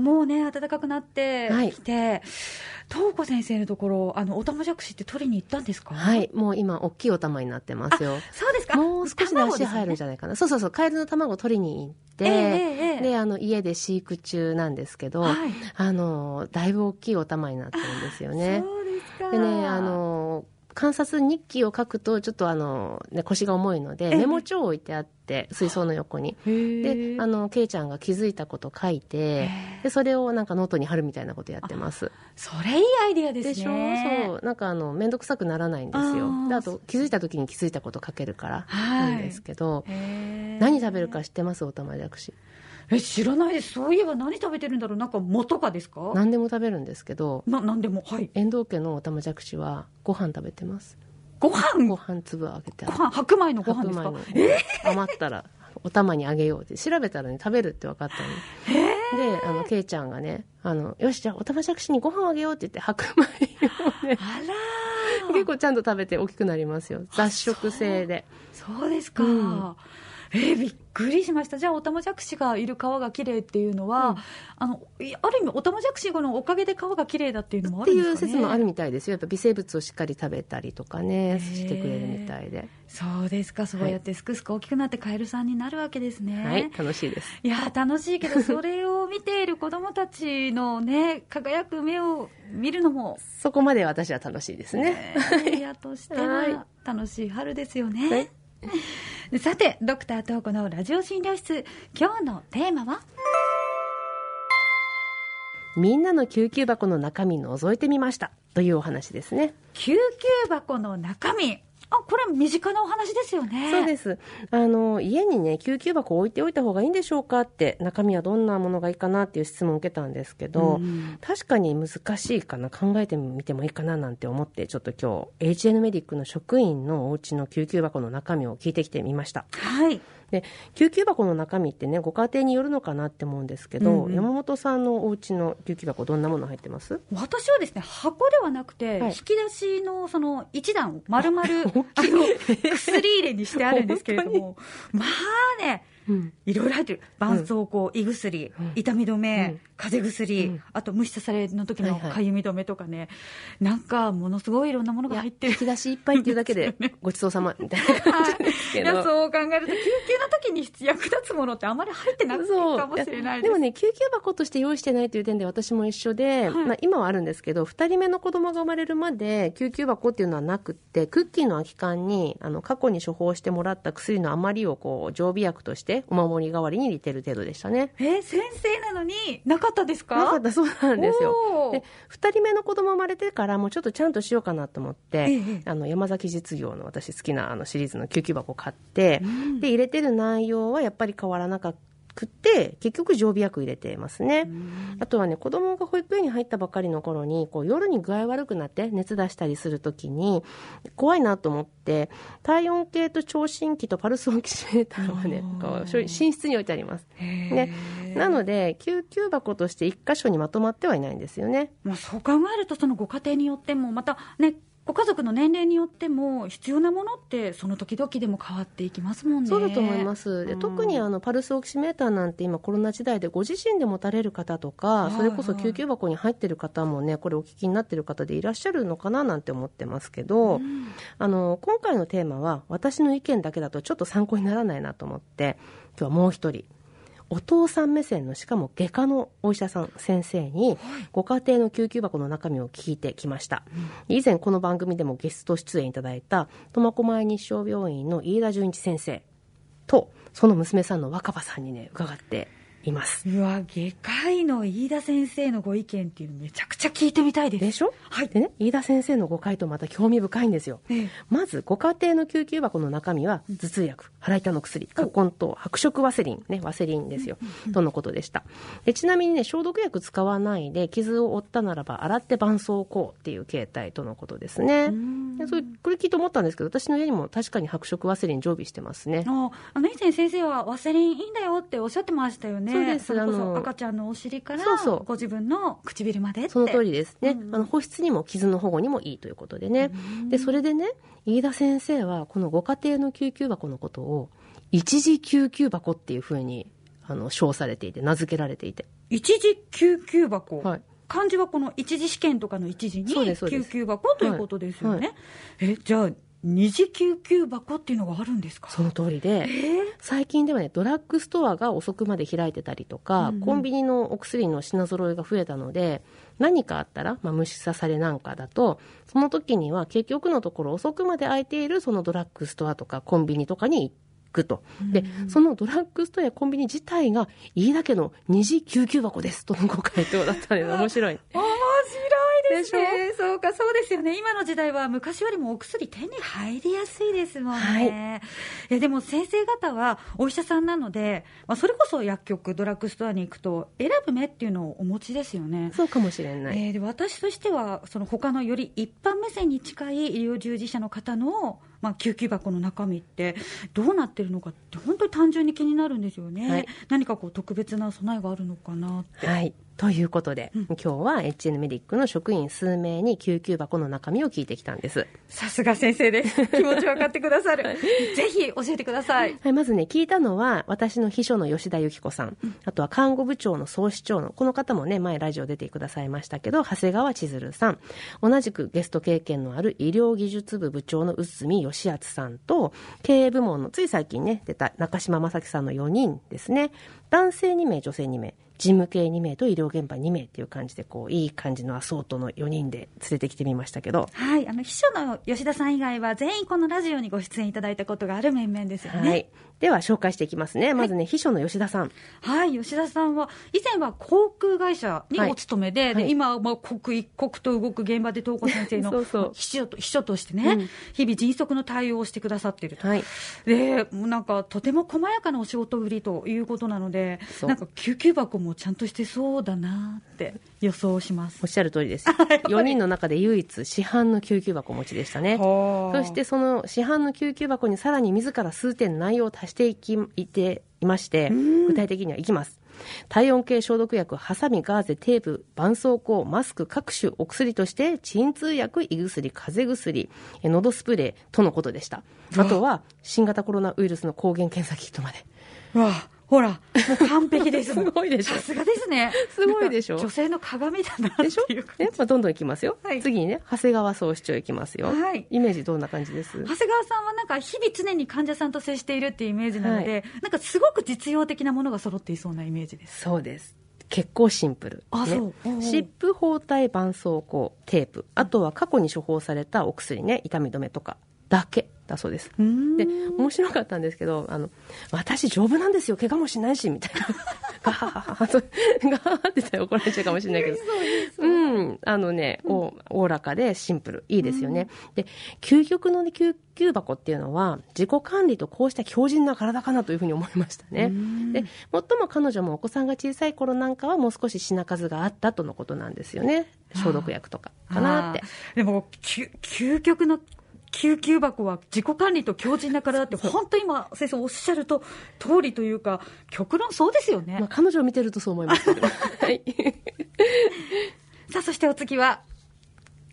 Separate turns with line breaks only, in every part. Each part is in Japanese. もうね、暖かくなって
はい
きて、東子先生のところ、あの、おたまじゃくしって取りに行ったんですか
はい。もう今、大きいお玉になってますよ。
そうですか
もう少しで足入るんじ
ゃ
ゃないかな。そうそうそう。カエルの卵を取りに行って、
ええええええ
で、あの、家で飼育中なんですけど、
はい。
あの、だいぶ大きいお玉になってるんですよね。
そうですか。
でね、あ、の、観察日記を書くと、ちょっとあの、ね、腰が重いの
え
で、
え
メモ帳を置いてあって、水槽の横に。で、あ
の、
の、ケイちゃんが気づいたこと書い
へ
て、
え
で、それをなんかノートに貼るみたいなことやってます。
それいいアイディアですね。
でしょそう。なんかあの、めんどくさくならないんですよ
あー。
で、あと、気づいた時に気づいたこと書けるから、
はい
いんですけど、
へえ
何食べるか知ってますおたまじゃくし。
え知らないですそういえば何食べてるんだろうなんか藻とかですか
何でも食べるんですけど、
ななんでもはい
遠藤家のおたまじゃくしは、ご飯食べてます。
ご飯ご
ご飯粒をあげてある
飯白米のご飯
白
で
米
すか
の余ったらお玉にあげようって調べたらね食べるって分かったの、であのケイちゃんがねあの「よしじゃあお玉しゃくしにご飯あげよう」って言って白米を ね
あらー
結構ちゃんと食べて大きくなりますよ雑食性で
そうですか、
うん
えーびっくりしましたじゃあオタマジャクシがいる川が綺麗っていうのは、
うん
あのいある意味オタマジャクシのおかげで川が綺麗だっていうのもあ
って
るん
い
ですか、ね、
う説もあるみたいですよやっぱ微生物をしっかり食べたりとかねしてくれるみたいで、
そうですかそうやってすくすく大きくなってカエルさんになるわけですね、
はい楽しいです
いやー楽しいけ どそれを見ている子どもたちのね輝く目を見るのも
そこまで私は楽しいですね
ねえ親として
はい
は楽しい春ですよね、
はい
さてドクター東子のラジオ診療室今日のテーマは
みんなの救急箱の中身覗いてみましたというお話ですね
救急箱の中身あこれ身近なお話ですよね
そうです。あの、家にね、救急箱置いておいた方がいいんでしょうかって、中身はどんなものがいいかなっていう質問を受けたんですけど、
うん
確かに難しいかな、考えてみてもいいかななんて思って、ちょっと今日、HN メディックの職員のお家の救急箱の中身を聞いてきてみました。
はい
で、救急箱の中身ってね、ご家庭によるのかなって思うんですけど、
うんうん
山本さんのお家の救急箱どんなもの入ってます
私はですね箱ではなくて、
はい
引き出しのその一段を丸 々あの薬入れにしてあるんですけれどもまあね
うん。
いろいろ入ってる絆創膏、胃薬、
うん
痛み止め、
うん
風邪薬、
うん
あと虫刺されの時の
はいはい
かゆみ止めとかね、なんかものすごいいろんなものが入ってる
引き出しいっぱいっていうだ けで、ごちそうさまみたいな感じです
い
けど。
やそう考えると救急の時に必役立つものってあまり入ってなくていいかもしれない
で
です
もね救急箱として用意してないという点で私も一緒
は
で、
い
まあ、今はあるんですけど2人目の子供が生まれるまで救急箱っていうのはなくってクッキーの空き缶にあの過去に処方してもらった薬の余りをこう常備薬としてお守り代わりに入れてる程度でしたね。
えー先生なのになかったですか
なかったそうなんですよ
おー
で2人目の子供生まれてからもうちょっとちゃんとしようかなと思って、
ええ
あの山崎実業の私好きなあのシリーズの救急箱買って、
うん
で入れてる内容はやっぱり変わらなくって結局常備薬入れてますね。あとはね、子供が保育園に入ったばかりの頃に、こう夜に具合悪くなって熱出したりするときに、怖いなと思って、体温計と聴診器とパルスオキシメーターはね
お、ー
こう寝室に置いてあります。
ね
なので、救急箱として一箇所にまとまってはいないんですよね。
まあ、そう考えるとそのご家庭によってもまたねご家族の年齢によっても必要なものってその時々でも変わっていきますもんね
そうだと思いますす。で
うん
特にあのパルスオキシメーターなんて今コロナ時代でご自身で持たれる方と
は
か
い、
それこそ救急箱に入ってる方もね、これお聞きになってる方でいらっしゃるのかななんて思ってますけど、あの今回のテーマは私の意見だけだとちょっと参考にならないなと思って今日はもう一人お父さん目線のしかも外科のお医者さん先生にご家庭の救急箱の中身を聞いてきました、以前この番組でもゲスト出演いただいた苫小牧日照病院の飯田純一先生とその娘さんの若葉さんにね伺っています
うわ外科医の飯田先生のご意見っていうのめちゃくちゃ聞いてみたいです
でしょ
はい
でね飯田先生のご回答また興味深いんですよ
ええ
まずご家庭の救急箱の中身は頭痛薬、腹痛の薬、カコンと白色ワセリン、ね、ワセリンですよ、とのことでしたでちなみにね消毒薬使わないで傷を負ったならば洗って絆創膏っていう形態とのことですね
うん
でそれこれ聞いて思ったんですけど私の家にも確かに白色ワセリン常備してますね
ああの以前先生はワセリンいいんだよっておっしゃってましたよね
そうです
れこ
あ
そ
の
赤ちゃんのお尻から
そうそう
ご自分の唇までって
その通りですね、
うんうん
あの保湿にも傷の保護にもいいということでね、
うん
でそれでね飯田先生はこのご家庭の救急箱のことを一時救急箱っていうふうにあの称されていて名付けられていて、
一時救急箱、
はい
漢字はこの一次試験とかの一時に
そうですそうで
救
す
急箱ということですよね、えじゃあ二次救急箱っていうのがあるんですか
その通りで
えー
最近ではねドラッグストアが遅くまで開いてたりとか、
うんうん
コンビニのお薬の品揃えが増えたので何かあったら、まあ、虫刺されなんかだとその時には結局のところ遅くまで空いているそのドラッグストアとかコンビニとかに行くとでそのドラッグストアやコンビニ自体が飯田家の二次救急箱ですとの ご回答だったので面白い
面白いですねそうかそうですよね今の時代は昔よりもお薬手に入りやすいですもんね、
はい
い、やでも先生方はお医者さんなので、まあ、それこそ薬局ドラッグストアに行くと選ぶ目っていうのをお持ちですよね
そうかもしれない、
えーで私としては、その他のより一般目線に近い医療従事者の方の、まあ、救急箱の中身って、どうなってるのかって、本当に単純に気になるんですよね、
はい
何かこう特別な備えがあるのかなって。
はいということで、
うん
今日は HN メディックの職員数名に救急箱の中身を聞いてきたんです
さすが先生 です、気持ち分かってくださる、ぜひ教えてください。
はい、まずね、聞いたのは、私の秘書の吉田由紀子さん、あとは看護部長の総市長の、この方もね、前ラジオ出てくださいましたけど、長谷川千鶴さん、同じくゲスト経験のある医療技術部部長の内海義敦さんと、経営部門のつい最近ね、出た中島正樹さんの4人ですね、男性2名、女性2名。事務系2名と医療現場2名っていう感じで、こう、いい感じのアソートの4人で連れてきてみましたけど、
はい、あの秘書の吉田さん以外は、全員このラジオにご出演いただいたことがある面々ですよね。
はい。では、紹介していきますね。まずね、秘書の吉田さん。
はい、吉田さんは、以前は航空会社にお勤めで、
い
で
はい
今はもう刻一刻と動く現場で、東子先生の
そうそう
秘書と秘書としてね、日々迅速の対応をしてくださっていると。
はい。
で、もうなんか、とても細やかなお仕事ぶりということなので、
そう
なんか、救急箱もちゃんとしてそうだなって予想します
おっ。しゃる通 りです。4人の中で唯一市販の救急箱をお持ちでしたね。そ
そ
して、その市販の救急箱にさらに自ら数点内容を足していきいていまして、具体的にはいきます。体温計消毒薬、ハサミ、ガーゼ、テープ、絆創膏、マスク、各種お薬として、鎮痛薬、胃薬、風邪薬、え喉スプレーとのことでした。あとは、新型コロナウイルスの抗原検査キットま で。
うわあほら、もう完璧です。
すごいでしょ
さすがですね。
すごいでしょ
なんか女性の鏡だなって
でしょ
いう感じ
ねまあ、どんどんいきますよ。
はい
次にね、長谷川総市長いきますよ。
はい
イメージどんな感じです
長谷川さんはなんか日々常に患者さんと接しているっていうイメージなので、
は
なんかすごく実用的なものが揃っていそうなイメージです。
そうです結構シンプル、
あそうおうおう
湿布包帯絆創膏テープあとは過去に処方されたお薬ね痛み止めとかだけだそうですで面白かったんですけどあの私丈夫なんですよ怪我もしないしみたいな ガハハハそうガハハって言ったら怒られちゃうかもしれないけどうん、あのね、おおおらかでシンプル、いいですよね。で、究極の、ね、救急箱っていうのは、自己管理とこうした強靭な体かなというふうに思いましたね。で、最も彼女もお子さんが小さい頃なんかは、もう少し品数があったとのことなんですよね。消毒薬とかかなって
あ。ー。でも、きゅ究極の救急箱は自己管理と強靭な体って、本当今、先生おっしゃると通りというか、極論そうですよね。
まあ、彼女を見てるとそう思いますけど。 はい。
さあ、そしてお次は、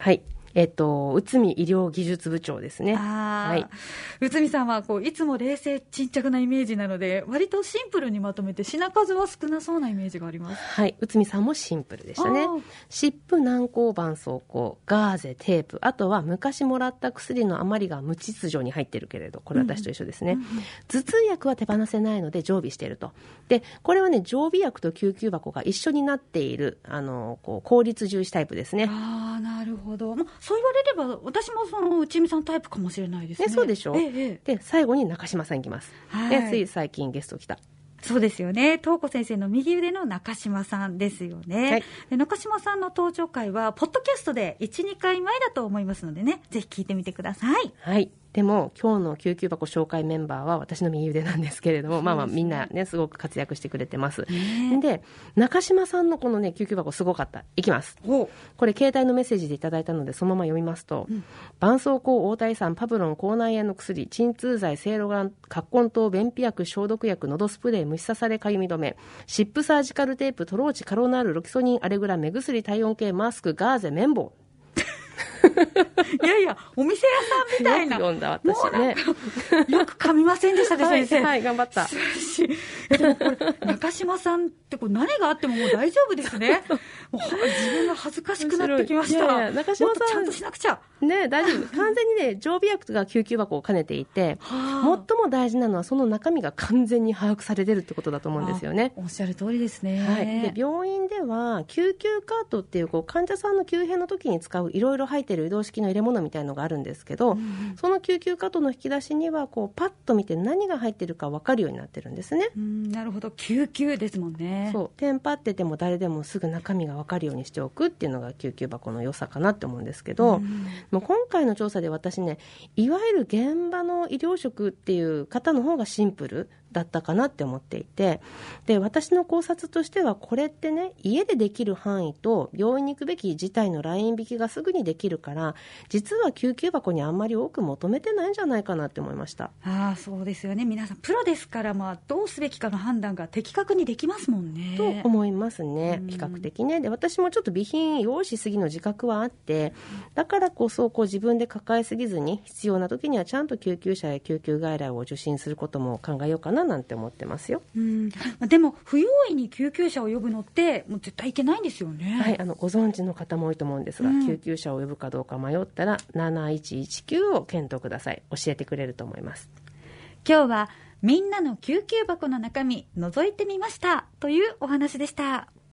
はい。えっ、と、内海医療技術部長ですね。
あー
はい。
内海さんはこういつも冷静沈着なイメージなので、割とシンプルにまとめて、品数は少なそうなイメージがあります。
はい、内海さんもシンプルでしたね
あー
湿布軟膏絆創膏ガーゼテープあとは昔もらった薬の余りが無秩序に入ってるけれどこれ私と一緒ですね、頭痛薬は手放せないので常備しているとでこれはね常備薬と救急箱が一緒になっているあのこう効率重視タイプですね
ああなるほど、まあ、そう言われれば私もその内海さんタイプかもしれないですね
ねそうでしょ
ええええ
で最後に中島さんいきます、
はい
でつい最近ゲスト来た
そうですよね東子先生の右腕の中島さんですよね、
はい
で中島さんの登場会はポッドキャストで12回前だと思いますのでねぜひ聞いてみてください
はい。でも、今日の救急箱紹介メンバーは私の右腕なんですけれども、まあまあみんなね、すごく活躍してくれてます。
ね
で、中島さんのこのね、救急箱すごかった。いきます。
お
これ携帯のメッセージでいただいたのでそのまま読みますと、絆創膏応対酸パブロン口内炎の薬鎮痛剤セいろがん葛根糖便秘薬消毒薬のどスプレー虫刺されかゆみ止め湿布サージカルテープトローチカロナールロキソニンアレグラ目薬体温計マスクガーゼ綿棒
いやいや、お店屋さんみたい な。
読んだ私ね。
よく噛みませんでしたね、
はい、
先生。
はい、頑張った。
素晴らしい。でもこれ、中島さんってこれ何があってももう大丈夫です ね。もうは自分が恥ずかしくなってきました。
面白いいやいや中島さん
もっとちゃんとしなくちゃ。
ね、大丈 夫。完全にね、常備薬が救急箱を兼ねていて、最も大事なのはその中身が完全に把握されてるってことだと思うんですよね。
おっしゃる通りですね。
はい、で病院では救急カートっていうこう患者さんの急変の時に使ういろいろ入ってる移動式の入れ物みたいのがあるんですけど、その救急カートの引き出しにはこうパッと見て何が入ってるか分かるようになってるんですね。
うんなるほど、救急ですもんね。
そうテンパってても誰でもすぐ中身が分かるようにしておくっていうのが救急箱の良さかなって思うんですけど、もう今回の調査で私ねいわゆる現場の医療職っていう方の方がシンプルだったかなって思っていてで私の考察としてはこれってね家でできる範囲と病院に行くべき事態のライン引きがすぐにできるから実は救急箱にあんまり多く求めてないんじゃないかなって思いました。
ああ、そうですよね。皆さん、プロですから、まあ、どうすべきかの判断が的確にできますもんね。
と思いますね、
うん
比較的ね。で、私もちょっと備品用意しすぎの自覚はあって、だからこそ、こう自分で抱えすぎずに、必要な時にはちゃんと救急車や救急外来を受診することも考えようかななんて思ってますよ。
うんまあでも、不用意に救急車を呼ぶのって、もう絶対いけないんですよね。
はい、あの、ご存知の方も多いと思うんですが、
うん
救急車を呼ぶかどうか迷ったら、7119を検討ください。教えてくれると思います。
今日はみんなの救急箱の中身覗いてみましたというお話でした。